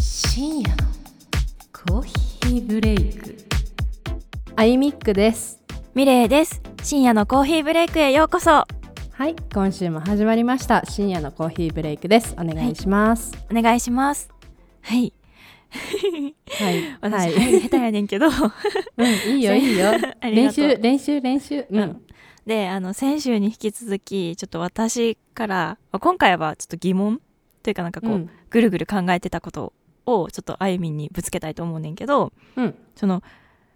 深夜のコーヒーブレイクあゆみっくですミレイです深夜のコーヒーブレイクへようこそはい今週も始まりました深夜のコーヒーブレイクですお願いしますお願いしますはいはいは私、い、入り 下手やねんけどうん、いいよいいよあり練がとう習練習練習うんであの先週に引き続きちょっと私からまあ今回はちょっと疑問というかなんかこう、うんぐるぐる考えてたことをちょっとあゆみんにぶつけたいと思うねんけどうんその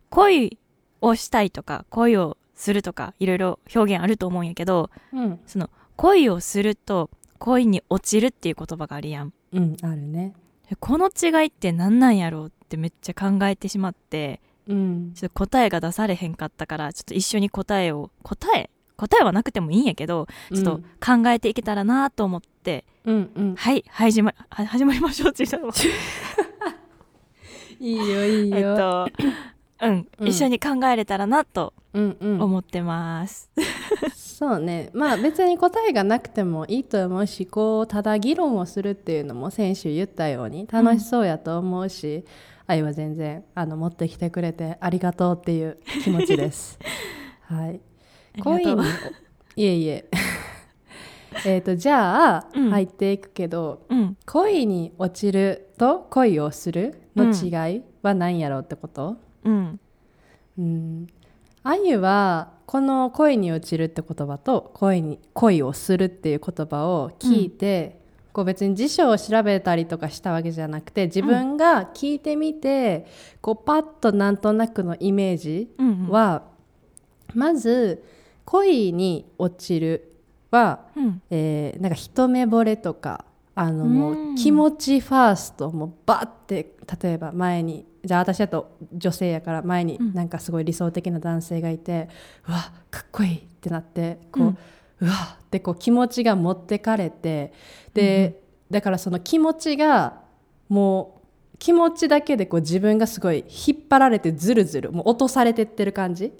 恋をしたいとか恋をするとかいろいろ表現あると思うんやけどうんその恋をすると恋に落ちるっていう言葉があるやんうんあるねでこの違いって何なんやろうってめっちゃ考えてしまってうんちょっと答えが出されへんかったからちょっと一緒に答えを答え答えはなくてもいいんやけどちょっと考えていけたらなと思って、うん うんはい始まは始まりましょうって言ったのいいよいいよ、 えっとうん、うん一緒に考えれたらなとうんうん思ってます、そうねまあ別に答えがなくてもいいと思うしこうただ議論をするっていうのも先週言ったように楽しそうやと思うし、愛は全然あの持ってきてくれてありがとうっていう気持ち です。はい、ありがとう恋にいえいえ えっとじゃあ、うん入っていくけどうん恋に落ちると恋をするの違いは何やろうってこと、うんうん、あゆはこの「恋に落ちる」って言葉と恋に「恋をする」っていう言葉を聞いて、こう別に辞書を調べたりとかしたわけじゃなくて自分が聞いてみて、こうパッとなんとなくのイメージうんは、まず「恋に落ちるは」うんえーなんか一目惚れとかあのもううん気持ちファーストもうバッて例えば前にじゃあ私だと女性やから前にうんなんかすごい理想的な男性がいて、うわかっこいいってなってこう、うんうわってこう気持ちが持ってかれてで、だからその気持ちがもう気持ちだけでこう自分がすごい引っ張られてずるずるもう落とされてってる感じ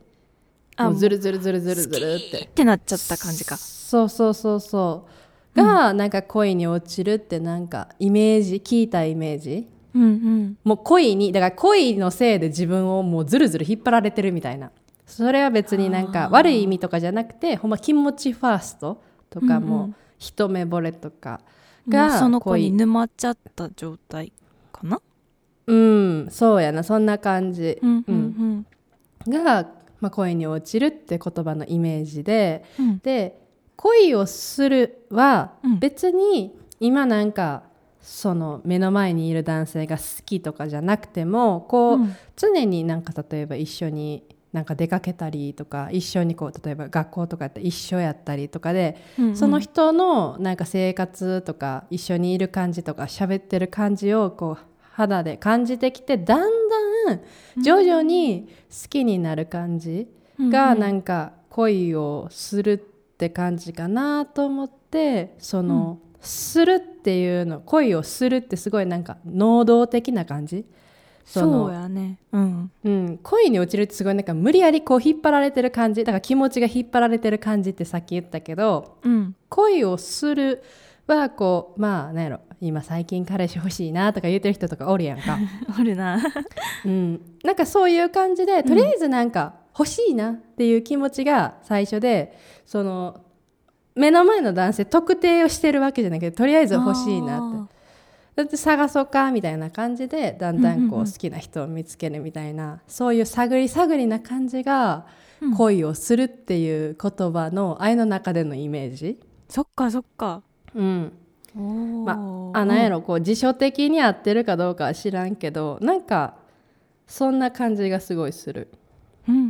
あもうもうずるずるずるずるずるっ好きてってなっちゃった感じかそうそうそうそうが、なんか恋に落ちるってなんかイメージ聞いたイメージうんうんもう恋にだから恋のせいで自分をもうずるずる引っ張られてるみたいなそれは別になんかあー悪い意味とかじゃなくてほんま気持ちファーストとかうんうんもう一目惚れとかがもうその子恋に沼っちゃった状態かなうんそうやなそんな感じ、うんうんが、まあ、恋に落ちるって言葉のイメージでうんうんで恋をするはうん別に今なんかその目の前にいる男性が好きとかじゃなくてもこう、うん常になんか例えば一緒になんか出かけたりとか一緒にこう例えば学校とかやったら一緒やったりとかで、うんうんその人のなんか生活とか一緒にいる感じとか喋ってる感じをこう肌で感じてきてだんだん徐々に好きになる感じ。がなんか恋をするって感じかなと思ってその、するっていうの恋をするってすごいなんか能動的な感じ、そのそうやねうんうん、恋に落ちるってすごいなんか無理やりこう引っ張られてる感じだから気持ちが引っ張られてる感じってさっき言ったけどうん恋をするはこうまあなんやろ今最近彼氏欲しいなとか言ってる人とかおるやんか、おる なうん、なんかそういう感じでとりあえずなんか欲しいなっていう気持ちが最初でその目の前の男性特定をしてるわけじゃないけどとりあえず欲しいなってだって探そうかみたいな感じでだんだんこううんうん好うんきな人を見つけるみたいなそういう探り探りな感じがうん恋をするっていう言葉の愛の中でのイメージ。そっかそっかうん、まあなんやろこう辞書的に合ってるかどうかは知らんけどなんかそんな感じがすごいする。うんうんう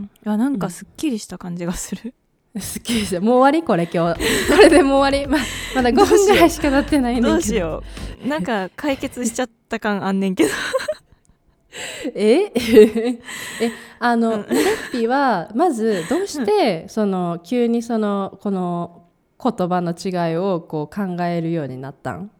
んいやなんかすっきりした感じが するすっきりしたもう終わりこれ今日これでもう 終わりままだ5分ぐらいしか経ってないねんけどどうしようなんか解決しちゃった感あんねんけど え えあのミレッピはまずどうしてその急にそのこの言葉の違いをこう考えるようになったん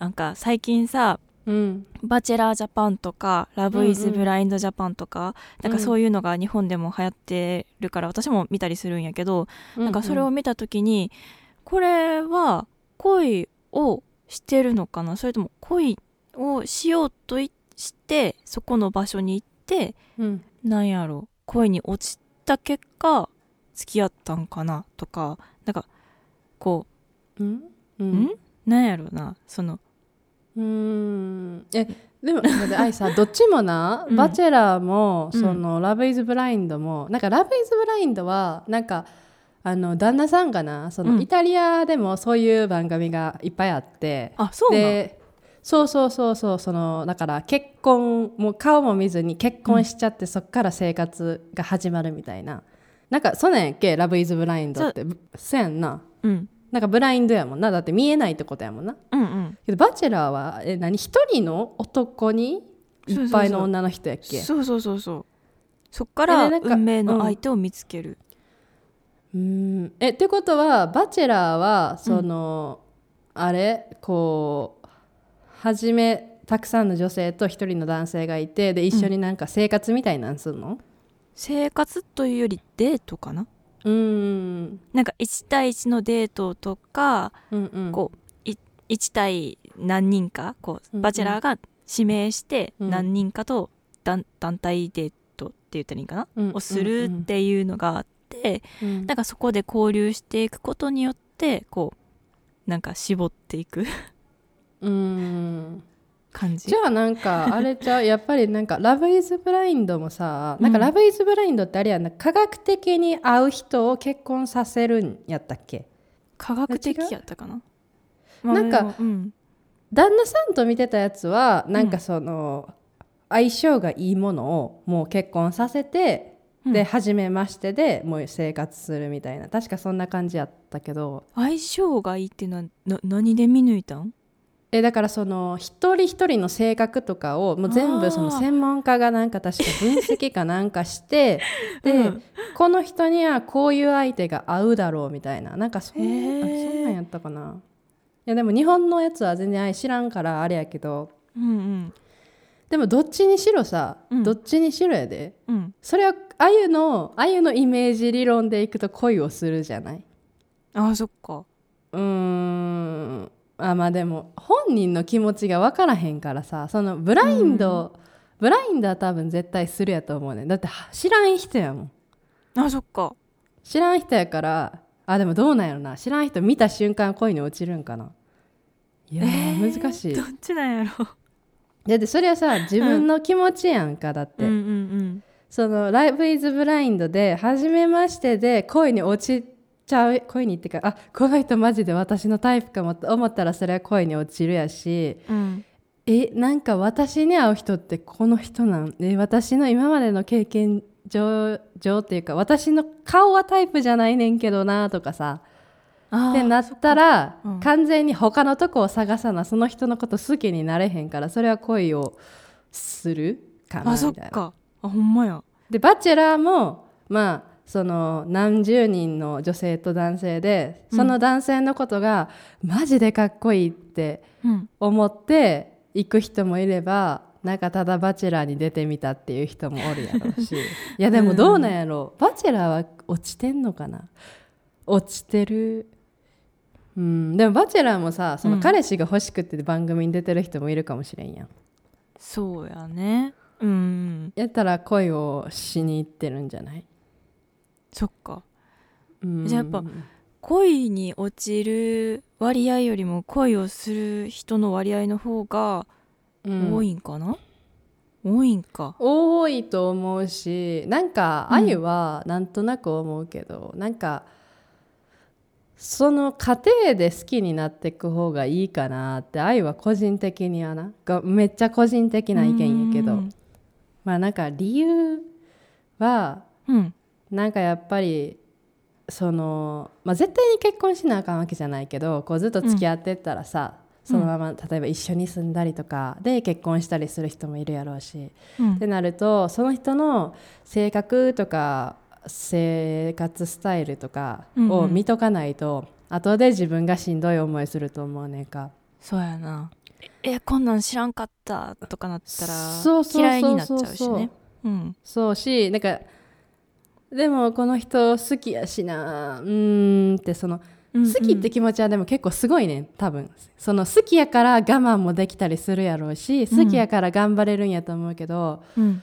なんか最近さうんバチェラージャパンとかラブイうんズうんブラインドジャパンとか、なんかそういうのが日本でも流行ってるから私も見たりするんやけど、なんかそれを見た時にこれは恋をしてるのかなそれとも恋をしようといしてそこの場所に行ってうんなんやろ恋に落ちた結果付き合ったんかなとかなんかこうんうう、んんなんやろなそのうーんえでも待って愛さ どっちもな、うんバチェラーもうんその、ラブイズブラインドもなんかラブイズブラインドはなんかあの旦那さんがなその、うんイタリアでもそういう番組がいっぱいあってあそうなんでそうそうそうそうそのだから結婚もう顔も見ずに結婚しちゃって、そっから生活が始まるみたいななんかそんなんやっけラブイズブラインドってせやんなうんなんかブラインドやもんなだって見えないってことやもんなうんうんけどバチェラーはえ何一人の男にいっぱいの女の人やっけそうそうそうそうそっからえなんか運命の相手を見つける、うんえってことはバチェラーはその、あれこうはじめたくさんの女性と一人の男性がいてで一緒になんか生活みたいなんすんの生活というよりデートかなうんうんなんか1対1のデートとか、うんこうい1対何人かこうんううんバチェラーが指名してうん何人かと団団体デートって言ったらいいんかな、うんをするっていうのがあって、うんなんかそこで交流していくことによってこうなんか絞っていく うん感じじ。ゃあなんかあれちゃうやっぱりなんか「ラブ・イズ・ブラインド」もさなんか「うんラブ・イズ・ブラインド」ってあれやんな科学的に会う人を結婚させるんやったっけ科学的やったかな、うなんかまあでもうん旦那さんと見てたやつはなんかその、相性がいいものをもう結婚させて、うんで初めましてでもう生活するみたいな確かそんな感じやったけど相性がいいっていうのはな何で見抜いたんえだからその一人一人の性格とかをもう全あー部その専門家がなんか確か分析かなんかしてで、 うんこの人にはこういう相手が合うだろうみたいななんかそんへなあーそんなんやったかないやでも日本のやつは全然愛知らんからあれやけどうんうんでもどっちにしろさ、うんどっちにしろやでうんそれはあゆのあゆのイメージ理論でいくと恋をするじゃないああそっかうーんあまあでも本人の気持ちが分からへんからさそのブラインド、ブラインドは多分絶対するやと思うねんだっては知らん人やもんああそっか知らん人やからあでもどうなんやろな知らん人見た瞬間恋に落ちるんかないやー、えー難しいどっちなんやろだってそれはさ自分の気持ちやんか、だって、うんうんその「ライブ・イズ・ブラインド」で「初めまして」で恋に落ちちゃう恋にってかあこの人マジで私のタイプかもと思ったらそれは恋に落ちるやしうんうんえなんか私に会う人ってこの人なんえ私の今までの経験上上っていうか私の顔はタイプじゃないねんけどなとかさあってなったら、うん完全に他のとこを探さなその人のこと好きになれへんからそれは恋をするかなみあたそいっな。かあほんまやでバチェラーもまあその何十人の女性と男性でうんその男性のことが、マジでかっこいいってうん思って行く人もいればなんかただバチェラーに出てみたっていう人もおるやろう しいやでもどうなんやろう、バチェラーは落ちてんのかな落ちてるうんでもバチェラーもさその彼氏が欲しくって番組に出てる人もいるかもしれんやんそうやねうんやったら恋をしに行ってるんじゃないそっかうんじゃあやっぱ恋に落ちる割合よりも恋をする人の割合の方がうん多いんかな、多いんか多いと思うしなんかうんあゆはなんとなく思うけど、なんかその過程で好きになっていく方がいいかなってあゆは個人的にはながめっちゃ個人的な意見やけうどんまあなんか理由はうんなんかやっぱりその、まあ、絶対に結婚しなあかんわけじゃないけどこうずっと付き合ってったらさ、うんそのまま例えば一緒に住んだりとかで結婚したりする人もいるやろうし。うんってなるとその人の性格とか生活スタイルとかうんうんを見とかないと、後で自分がしんどい思いすると思うねんかそうやなええこんなん知らんかったとかなったらそうそうそうそう嫌いになっちゃうしねうんそうしなんかでもこの人好きやしなうーんってそのうん好きって気持ちはでも結構すごいね多分その好きやから我慢もできたりするやろうしうん好きやから頑張れるんやと思うけど、うん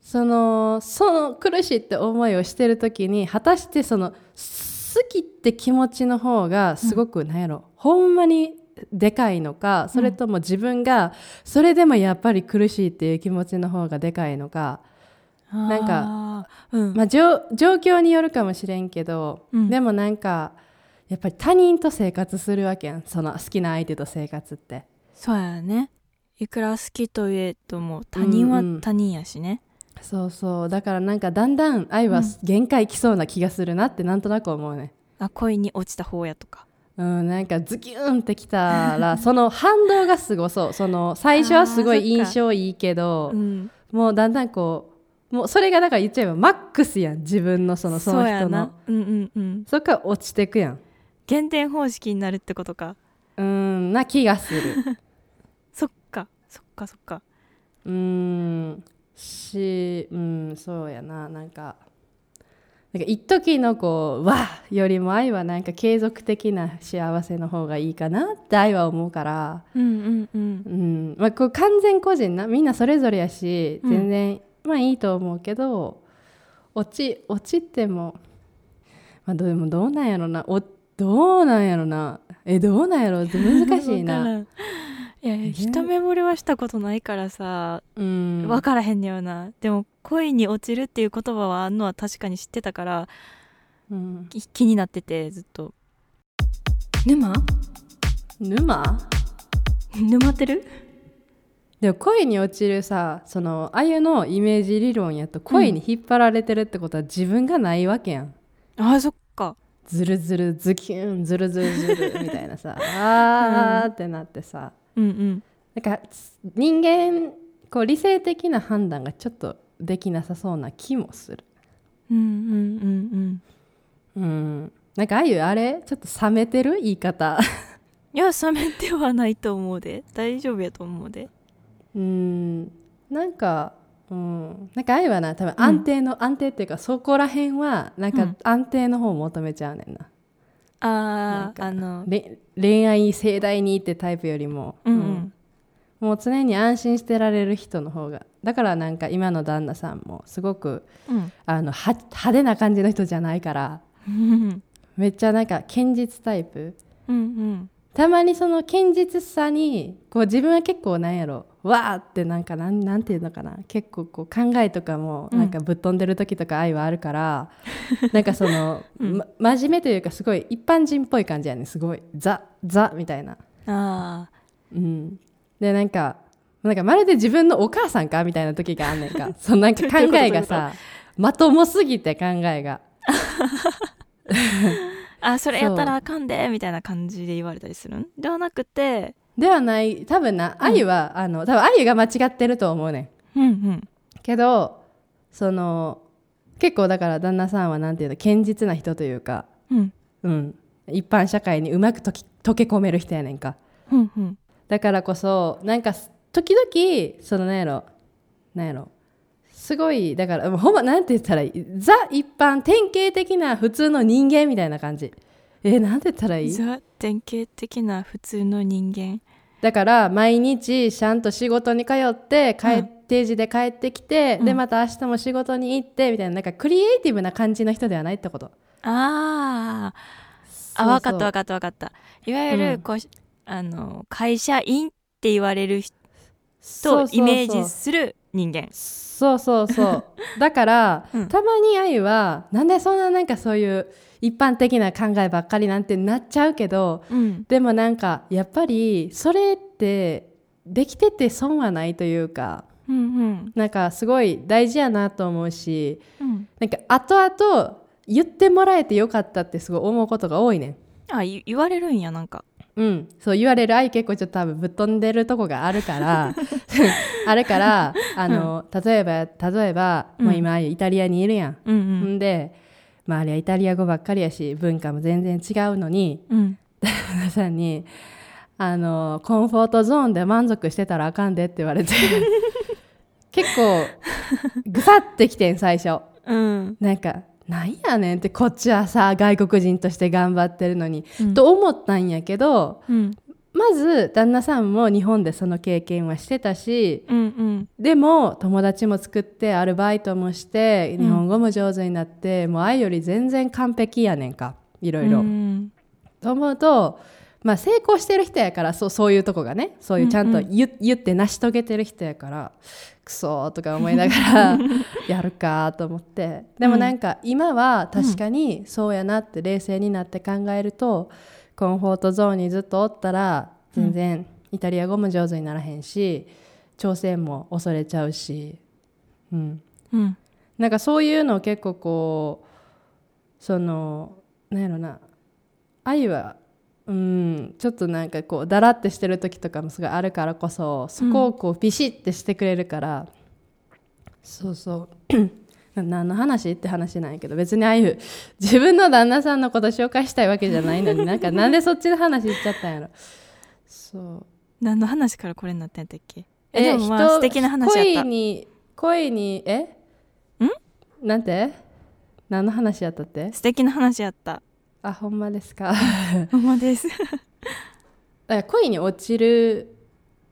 そのその苦しいって思いをしてる時に果たしてその好きって気持ちの方がすごくなんやろ、ほんまにでかいのかそれとも自分がそれでもやっぱり苦しいっていう気持ちの方がでかいのか、なんかあーうんまあ、状状況によるかもしれんけど、うんでもなんかやっぱり他人と生活するわけやんその好きな相手と生活ってそうやねいくら好きといえども他人は他人やしね、そうそうだからなんかだんだん愛は限界きそうな気がするなってなんとなく思うねあ恋に落ちた方やとかうん、なんかズキュンってきたらその反動がすごそうその最初はすごあーそいっか印象いいけど、んもうだんだんこうもうそれがだから言っちゃえばマックスやん自分のそのそのや人なのうんうんうんそっから落ちてくやん減点方式になるってことかうんな気がするそっかそっかそっかうんしうんそうやななんかなんか一時のこう「わあ!」よりも愛はなんか継続的な幸せの方がいいかなって愛は思うから。うんうんううんんまあ、こう完全個人なみんなそれぞれやしうん全然、まあいいと思うけど落ち落ちても、まあ、どうでもどうなんやろなおどうなんやろなえどうなんやろって難しい わからな。んいやいやね一目惚れはしたことないからさうん分からへんねよな、でも恋に落ちるっていう言葉はあんのは確かに知ってたからうん、き気になっててずっと沼沼沼ってるでも恋に落ちるさそのあゆのイメージ理論やと恋に引っ張られてるってことは自分がないわけやん。あーそっかズルズルズキュンズルズルズルみたいな さあーってなってさ、うんうんなんかつ人間こう理性的な判断がちょっとできなさそうな気もする。うんうんうんうんうん、なんかああいうあれちょっと冷めてる言い方。いや冷めてはないと思うで大丈夫やと思うでうん、なんか。うん、なんかああいうはな多分安定の、安定っていうかそこら辺はなんうかん安定の方を求めちゃうねんな,、なあんーかあのれ恋愛盛大にってタイプよりも、うんううんんもう常に安心してられる人の方がだからなんか今の旦那さんもすごくうんあのは派手な感じの人じゃないからうんめっちゃなんか堅実タイプうんたまにその堅実さにこう自分は結構なんやろわーってなんかなんなんていうのかな結構こう考えとかもうんなんかぶっ飛んでる時とか愛はあるから、 なんかその、ま真面目というかすごい一般人っぽい感じやねすごいザザみたいな。あうん、でなんかなんかまるで自分のお母さんかみたいな時があんねんかそのなんか考えがさまともすぎて考えが。ーあそれやったらあかんでみたいな感じで言われたりするんではなくてではない多分なあゆは、あの多分あゆが間違ってると思うねんうんうんけどその結構だから旦那さんはなんていうの堅実な人というか、うんうん、一般社会にうまく溶き溶け込める人やねんかうんうんだからこそなんかす時々そのなんやろなんやろすごいだからもうほんまなんて言ったらいいザ一般典型的な普通の人間みたいな感じえなんて言ったらいいザ典型的な普通の人間だから毎日ちゃんと仕事に通って帰うん定時で帰ってきて、うんでまた明日も仕事に行ってみたいななんかクリエイティブな感じの人ではないってことあーそうあそうわかったわかったわかったいわゆうるんこう、あの会社員って言われる人そをうそうそうイメージする人間そうそう そうだから、うんたまに愛はなんでそんななんかそういう一般的な考えばっかりなんてなっちゃうけどうんでもなんかやっぱりそれってできてて損はないというかうんうんなんかすごい大事やなと思うしうんなんか後々言ってもらえてよかったってすごい思うことが多いねん。あい言われるんやなんかうん、そう言われる愛結構ちょっと多分ぶっ飛んでるとこがあるから あるからあの、例えば例えば、もう今イタリアにいるやん。うんうんん、で周りはイタリア語ばっかりやし文化も全然違うのにうん皆さんにあのコンフォートゾーンで満足してたらあかんでって言わ れて結構ぐさってきてん最初。うんなんかなんやねんってこっちはさ外国人として頑張ってるのに、うんと思ったんやけどうんまず旦那さんも日本でその経験はしてたしうんうんでも友達も作ってアルバイトもしてうん日本語も上手になって、もう愛より全然完璧やねんかいろいろ。うんと思うと、まあ、成功してる人やからそうそういうとこがねそういうちゃんとうんうん言,、言って成し遂げてる人やからクソーとか思いな がらやるかと思ってでもなんか今は確かにそうやなって冷静になって考えると、コンフォートゾーンにずっとおったら全然イタリア語も上手にならへんし挑戦も恐れちゃうし。うんうんなんかそういうのを結構こうそのなんやろな愛はうんちょっとなんかこうだらってしてる時とかもすごいあるからこそそこをこうビシッてしてくれるから、そうそうな何の話って話なんやけど別にああいう自分の旦那さんのこと紹介したいわけじゃないのになんかなんでそっちの話いっちゃったんやろそう何の話からこれになってんやったっけええでもまあ人素敵な話や恋ったに恋にえんなんて何の話やったって素敵な話やったあほんまですか ほんまですだから恋に落ちる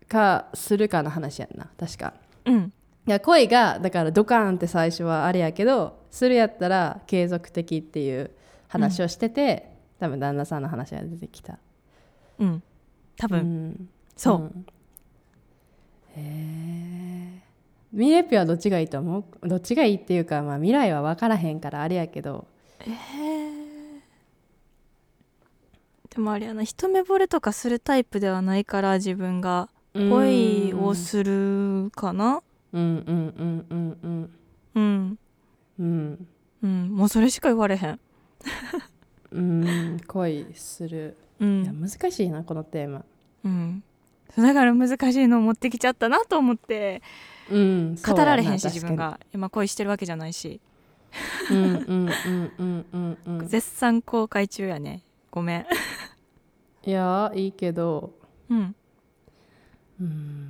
かするかの話やんな確かうんいや恋がだからドカーンって最初はあれやけどするやったら継続的っていう話をしてて、多分旦那さんの話が出てきた、うん多う分、ん、そう、んへえミレピはどっちがいいと思うどっちがいいっていうか、まあ、未来は分からへんからあれやけどでもあれやな一目惚れとかするタイプではないから自分が恋をするかなうんうんうんうんうんうんうんうんもうそれしか言われへんうん恋するういやん、難しいなこのテーマうん、だから難しいのを持ってきちゃったなと思ってうん語られへんしそうや自分が今恋してるわけじゃないし、な確かにうんうんうんうんうんうん絶賛公開中やねごめん いやいいけどうんうん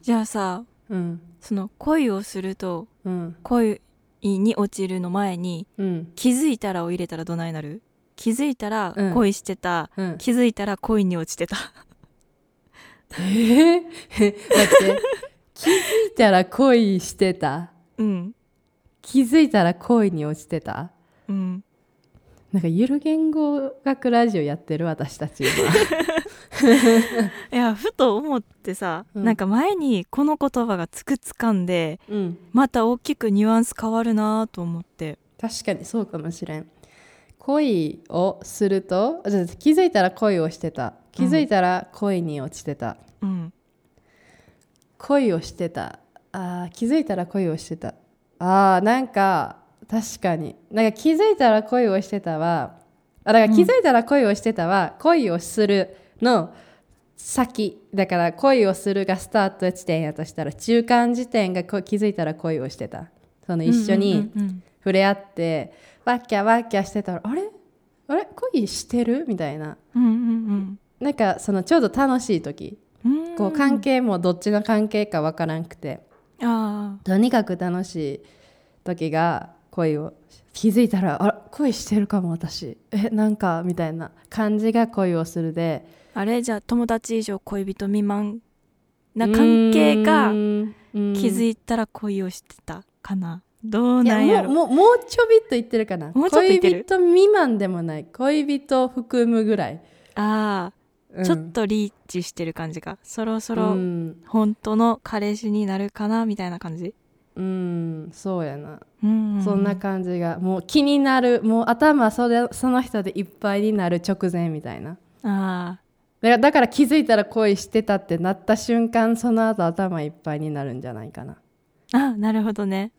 じゃあさうんその恋をするとうん恋に落ちるの前にうん気づいたらを入れたらどないなる気づいたらうん恋してた、うん気づいたら恋に落ちてた えー、 えだって気づいたら恋してたうん気づいたら恋に落ちてたうんなんかゆる言語学ラジオやってる私たち今いやふと思ってさ、うんなんか前にこの言葉がつくつかんで うんまた大きくニュアンス変わるなと思って確かにそうかもしれん恋をするとあじゃあ気づいたら恋をしてた気づいたら恋に落ちてた、うん恋をしてたあー気づいたら恋をしてたあーなんか確かになんか気づいたら恋をしてたはあだから気づいたら恋をしてたは、恋をするの先だから恋をするがスタート地点やとしたら中間時点がこ気づいたら恋をしてたその一緒にうんうん触れ合って、ワッキャワッキャしてたらあれあれ恋してるみたいなうんなんかそのちょうど楽しい時うんうんうんこう関係もどっちの関係かわからんくて、あとにかく楽しい時が恋を気づいたらあら恋してるかも私えなんかみたいな感じが恋をするでああれじゃあ友達以上恋人未満な関係が気気づいいたら恋をしてたかなどういやなんやろもうもうもうちょびっと言ってるかなもうちょっと言ってる恋人未満でもない恋人含むぐらい、あうあんちょっとリーチしてる感じかそろそうろん、本当の彼氏になるかなみたいな感じうん、そうやな、うんそんな感じがもう気になるもう頭それその人でいっぱいになる直前みたいなああだからだから気づいたら恋してたってなった瞬間その後頭いっぱいになるんじゃないかな。あなるほどね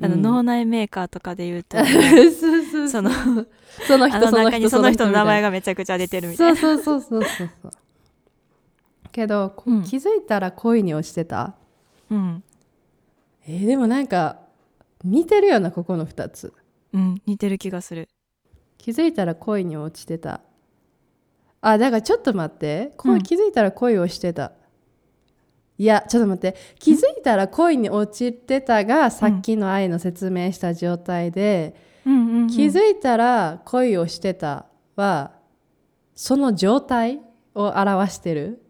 あの、うん脳内メーカーとかで言うとそうそうそうそのそのあ人のその中に人その人の名前ががめちゃくちゃ出てるみたいなそうそうそうそうそうそう。けど、こうん気づいたら恋に落ちてたうん、えーでもなんか似てるようなここの2つ。うん、似てる気がする気づいたら恋に落ちてた。あだからちょっと待って、こううん気づいたら恋をしてた。いやちょっと待って気づいたら恋に落ちてたが、さっきの愛の説明した状態で、うんうんうんうん気づいたら恋をしてたはその状態を表してる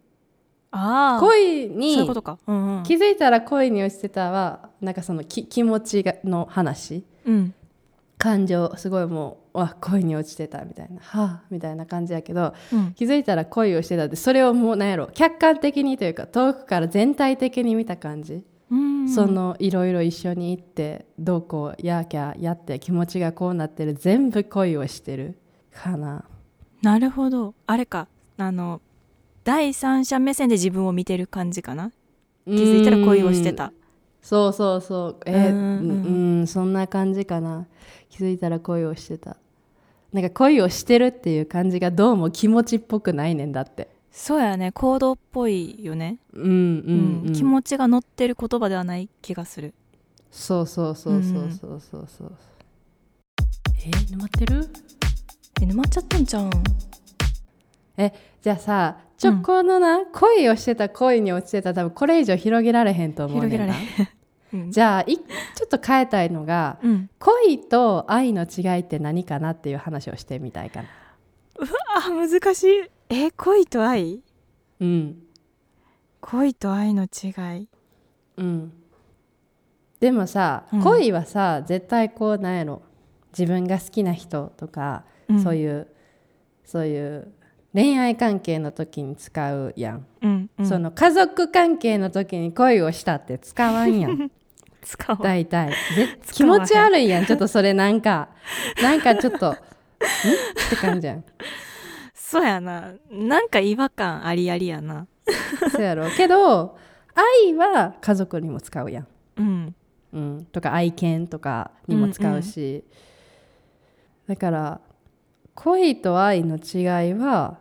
ああ恋そういにうことか、うんうん気づいたら恋に落ちてたはなんかそのき気持ちがの話うん感情すごいもうわ恋に落ちてたみたいなはあみたいな感じやけどうん気づいたら恋をしてたってそれをもうなんやろ客観的にというか遠くから全体的に見た感じ、うん、そのいろいろ一緒に行ってどうこうやーきゃーやって気持ちがこうなってる全部恋をしてるかななるほどあれかあの第三者目線で自分を見てる感じかな気気づいたら恋をしてたそうそうそうえーううんんうんうんそんな感じかな気づいたら恋をしてたなんか恋をしてるっていう感じがどうも気持ちっぽくないねんだってそうやね行動っぽいよね、うんうん、ううんん、気持ちが乗ってる言葉ではない気がするそうそうそうそうそうそうそう、えー沼ってるえ沼っちゃったんちゃうんじゃあさちょうんこのな、恋をしてた恋に落ちてた多分これ以上広げられへんと思うね広んなげられうんじゃあいちょっと変えたいの がうん恋と愛の違いって何かなっていう話をしてみたいかなあ難しいえ恋と愛うん恋と愛の違いうん、でもさ、うん恋はさ絶対こうなんやろ自分が好きな人とか、そうう、いうそういう恋愛関係の時に使うやん、うんうん、その家族関係の時に恋をしたって使わんやん 使わ大体ぜ気使わへん持ち悪いやんちょっとそれなんかなんかちょっとんって感じやんそうやななんか違和感ありありやなそうやろけど愛は家族にも使うやんうんうん、とか愛犬とかにも使うし、だから恋と愛の違いは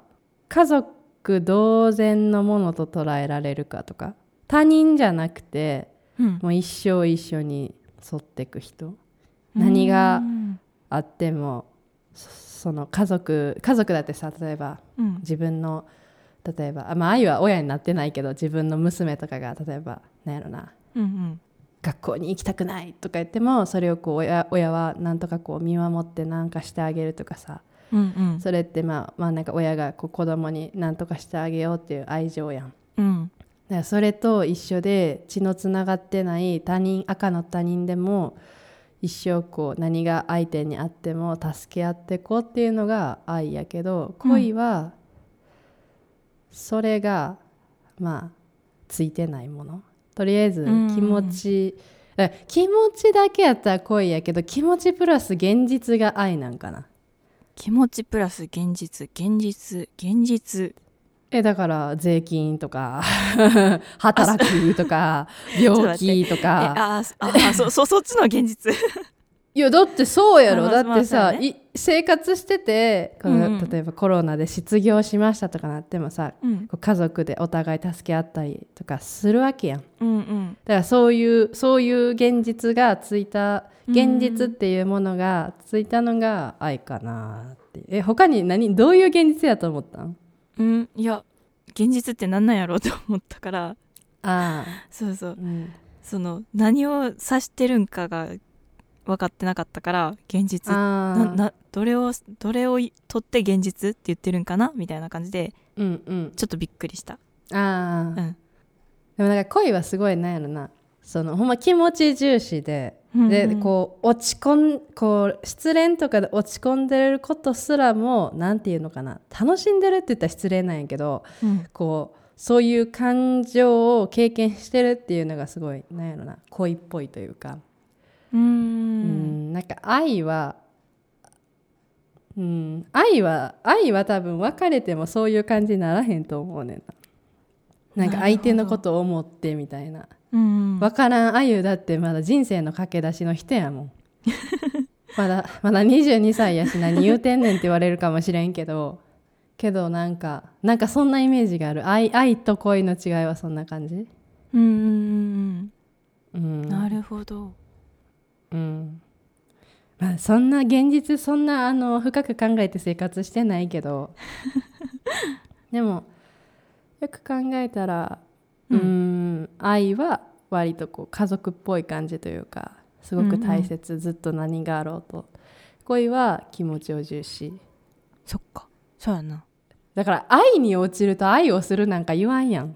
家族同然のものと捉えられるかとか他人じゃなくてうんもう一生一緒に沿ってく人何があってもそその家族家族だってさ例えばうん自分の例えばあ、まあ、愛は親になってないけど自分の娘とかが例えばなんやろなうんうん学校に行きたくないとか言ってもそれをこう親親はなんとかこう見守ってなんかしてあげるとかさうんうんそれってまあまあなんか親がこう子供になんとかしてあげようっていう愛情やんだうんからそれと一緒で血のつながってない他人赤の他人でも一生こう何が相手にあっても助け合ってこうっていうのが愛やけどうん恋はそれがまあついてないものとりあえずうん気持ち、え気持ちだけやったら恋やけど気持ちプラス現実が愛なんかな気持ちプラス現実現実現実えだから税金とか 働きと かと病待って気とえかあーあーそ そそっちの現実いやだってそうやろまだあってまさ、あそうやねい生活しててこうんの、うん例えばコロナで失業しましたとかなってもさうこんう家族でお互い助け合ったりとかするわけやんうんうんだからそういうそういう現実がついた現実っていうものがついたのが愛かなってえ他に何どういう現実やと思ったんうんいや現実ってなんなんやろうと思ったからあそうそうあ、うん、その何を指してるんかが分かってなかったから現実なあーなどれをどれを取って現実って言ってるんかなみたいな感じでうんうんちょっとびっくりしたああ、うんでもなんか恋はすごいなんやろなそのほんま気持ち重視で、うんうんでこう落ち込んこう失恋とかで落ち込んでることすらもなんていうのかな楽しんでるって言ったら失礼なんやけどうんこうそういう感情を経験してるっていうのがすごいなんやろな恋っぽいというか、うーうんんなんか愛は、うん、愛は愛は多分別れてもそういう感じにならへんと思うねんな。なんか相手のことを思ってみたいな。うんわからんあゆだってまだ人生の駆け出しの人やもん まだまだ22歳やし何言うてんねんって言われるかもしれんけどけどなんかなんかそんなイメージがある愛愛と恋の違いはそんな感じうんうんうんうんなるほどうんまあ、そんな現実そんなあの深く考えて生活してないけどでもよく考えたらううんん愛は割とこう家族っぽい感じというかすごく大切、ずっと何があろうとこ恋は気持ちを重視そっかそうやなだから愛に落ちると愛をするなんか言わんやん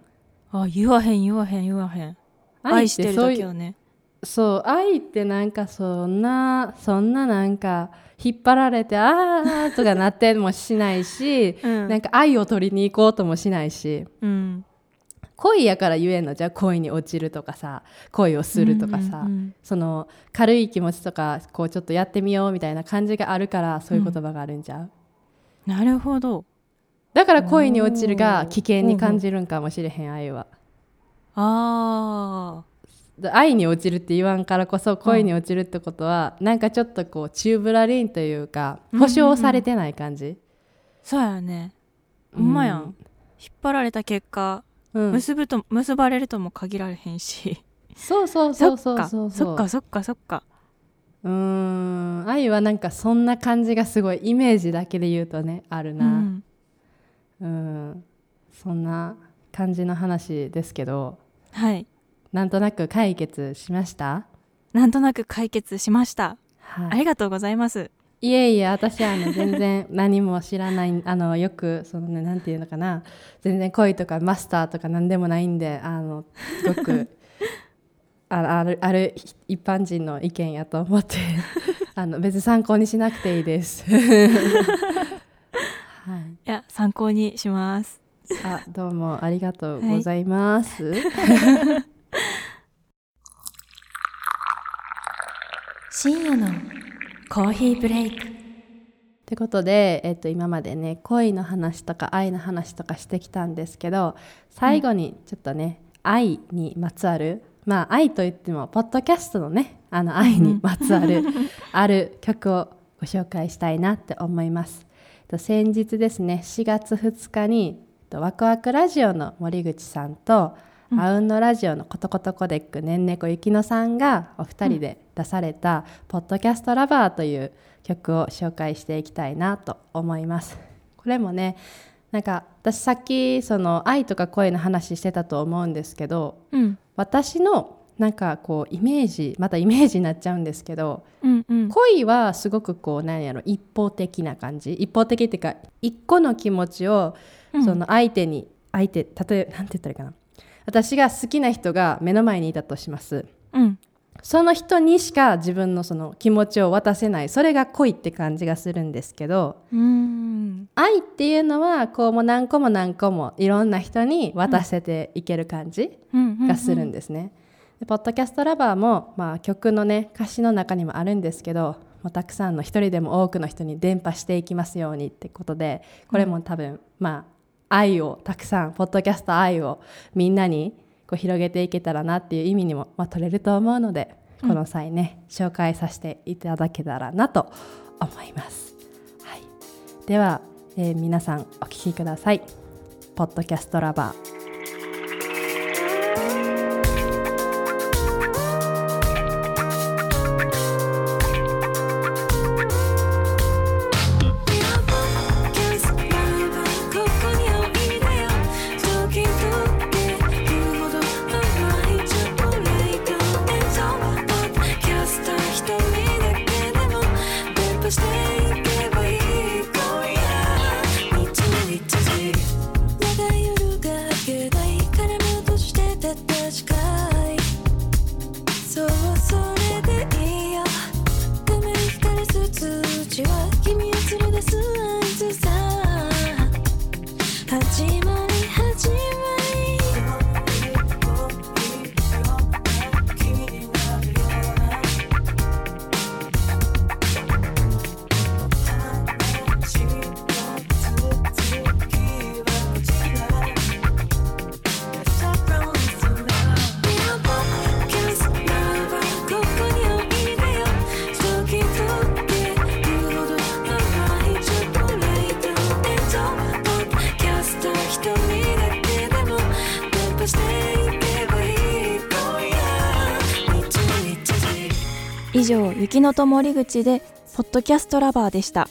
あ言わへん言わへん言わへん愛愛っしててるそう時いうはねそう愛ってなんかそんなそんななんか引っ張られてあーとかなってもしないしうんなんか愛を取りに行こうともしないしうん恋やから言えんのじゃあ恋に落ちるとかさ恋をするとかさ、うんうんその軽い気持ちとかこうちょっとやってみようみたいな感じがあるからそういう言葉があるんじゃう、うんなるほどだから恋に落ちるが危険に感じるんかもしれへん愛は。あ愛に落ちるって言わんからこそ恋に落ちるってことは、なんかちょっとこうチューブラリンというかうん保証されてない感じ、ーそうやねほんまやん、うん引っ張られた結果、うん結ぶと結ばれるとも限られへんしそうそうそうそうそうそう そっかそっかそっかうーん愛はなんかそんな感じがすごいイメージだけで言うとねあるうな、んうん、そんな感じの話ですけどはいなんとなく解決しました、なんとなく解決しましたはいありがとうございますいえいえ私はあの全然何も知らないあのよくそのねなんていうのかな全然恋とかマスターとか何でもないんであのすごく ああるある一般人の意見やと思って あの別に参考にしなくていいです。 はい、いや参考にしますあどうもありがとうございます。深夜のコーヒーブレイクってことで、えっと、今までね恋の話とか愛の話とかしてきたんですけど最後にちょっとね、愛にまつわるまあ愛といってもポッドキャストのねあの愛にまつわ るある曲をご紹介したいなって思います。えっと先日ですね4月2日にえっとワクワクラジオの森口さんと、うんアウンのラジオのコトコトコデックねんねこゆきのさんがお二人で出された「ポッドキャストラバー」という曲を紹介していきたいなと思います。これもねなんか私さっきその愛とか恋の話してたと思うんですけどうん私のなんかこうイメージまたイメージになっちゃうんですけどうんうん恋はすごくこう何やろ一方的な感じ一方的っていうか一個の気持ちをうんその相手に相手例えばなんて言ったらいいかな私が好きな人が目の前にいたとしますうんその人にしか自分のその気持ちを渡せないそれが恋って感じがするんですけどうーん愛っていうのはこうもう何個も何個もいろんな人に渡せていける感じ、がするんでですね。でポッドキャストラバーも、まあ、曲のね歌詞の中にもあるんですけどもうたくさんの一人でも多くの人に伝播していきますようにってことでこれも多分、まあ愛をたくさんポッドキャスト愛をみんなにこう広げていけたらなっていう意味にも、まあ、取れると思うのでこの際ね、紹介させていただけたらなと思います。はい、では、えー皆さんお聴きください。ポッドキャストラバーしていけばいい今夜日々日々長い夜が明けない絡むとしてた確かいそうそれでいいよために光らす通知は君を連れ出す合図さ始まり始まり「ここにおいでよ」「ドキドキ言うほど甘いチョコレート」「伝統ポッドキャスト瞳だけでも突破していけばいい今夜」「日日以上雪のと森口でポッドキャストラバーでした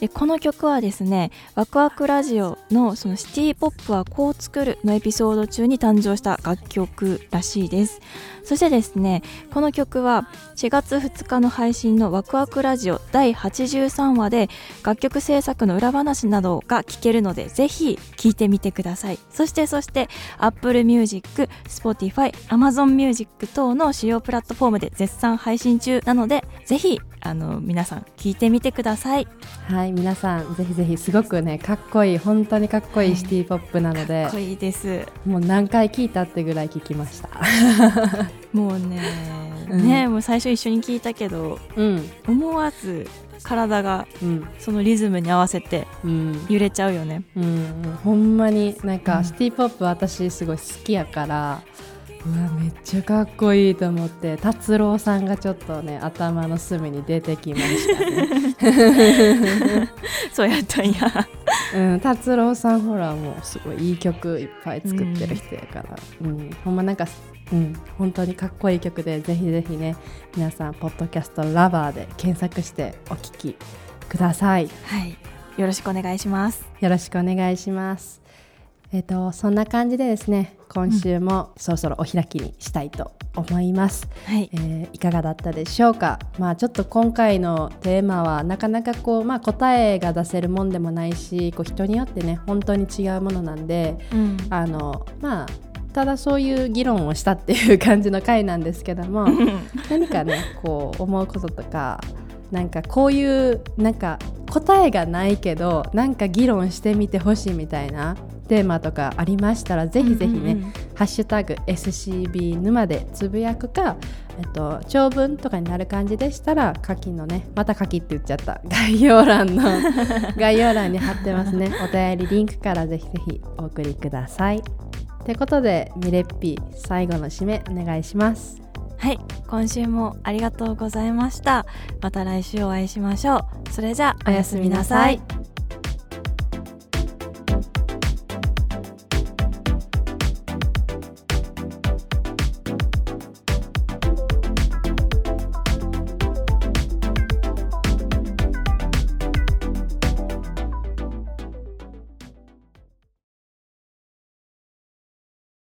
でこの曲はですね「ワクワクラジオの」そのシティ・ポップはこう作るのエピソード中に誕生した楽曲らしいですそしてですねこの曲は4月2日の配信の「ワクワクラジオ」第83話で楽曲制作の裏話などが聞けるのでぜひ聴いてみてくださいそしてそして Apple Music、Spotify、Amazon Music 等の主要プラットフォームで絶賛配信中なのでぜひあの皆さん聴いてみてくださいはい皆さんぜひぜひすごくねかっこいい本当にかっこいはいいシティポップなので、かっこいいですもう何回聞いたってぐらい聞きましたもうねうんねもう最初一緒に聞いたけど うん思わず体がうんそのリズムに合わせてうん揺れちゃうよねうん、ほんまになんうかんシティ・ポップ私すごい好きやからうわめっちゃかっこいいと思って達郎さんがちょっとね頭の隅に出てきましたね、そうやったんやうん、達郎さんほらもうすごいいい曲いっぱい作ってる人やから、うんほんまなんか、うん、本当にかっこいい曲でぜひぜひね皆さん「ポッドキャストラバー」で検索してお聴きください。はいよろしくお願いしますよろしくお願いします。えっ、とそんな感じでですね、今週もそろそろお開きにしたいと思います。はいえーいかがだったでしょうか。まあちょっと今回のテーマはなかなかこうまあ答えが出せるもんでもないし、こう人によってね本当に違うものなんで、うんあのまあ。ただそういう議論をしたっていう感じの回なんですけども何かねこう思うこととかなんかこういうなんか答えがないけどなんか議論してみてほしいみたいなテーマとかありましたらぜひぜひね、うんうんハッシュタグ SCB 沼でつぶやくか、えっと、長文とかになる感じでしたら書きのねまた書きって言っちゃった 概要欄 の概要欄に貼ってますねお便りリンクからぜひぜひお送りください。ってことでミレッピ最後の締めお願いします。はい今週もありがとうございましたまた来週お会いしましょうそれじゃあおやすみなさい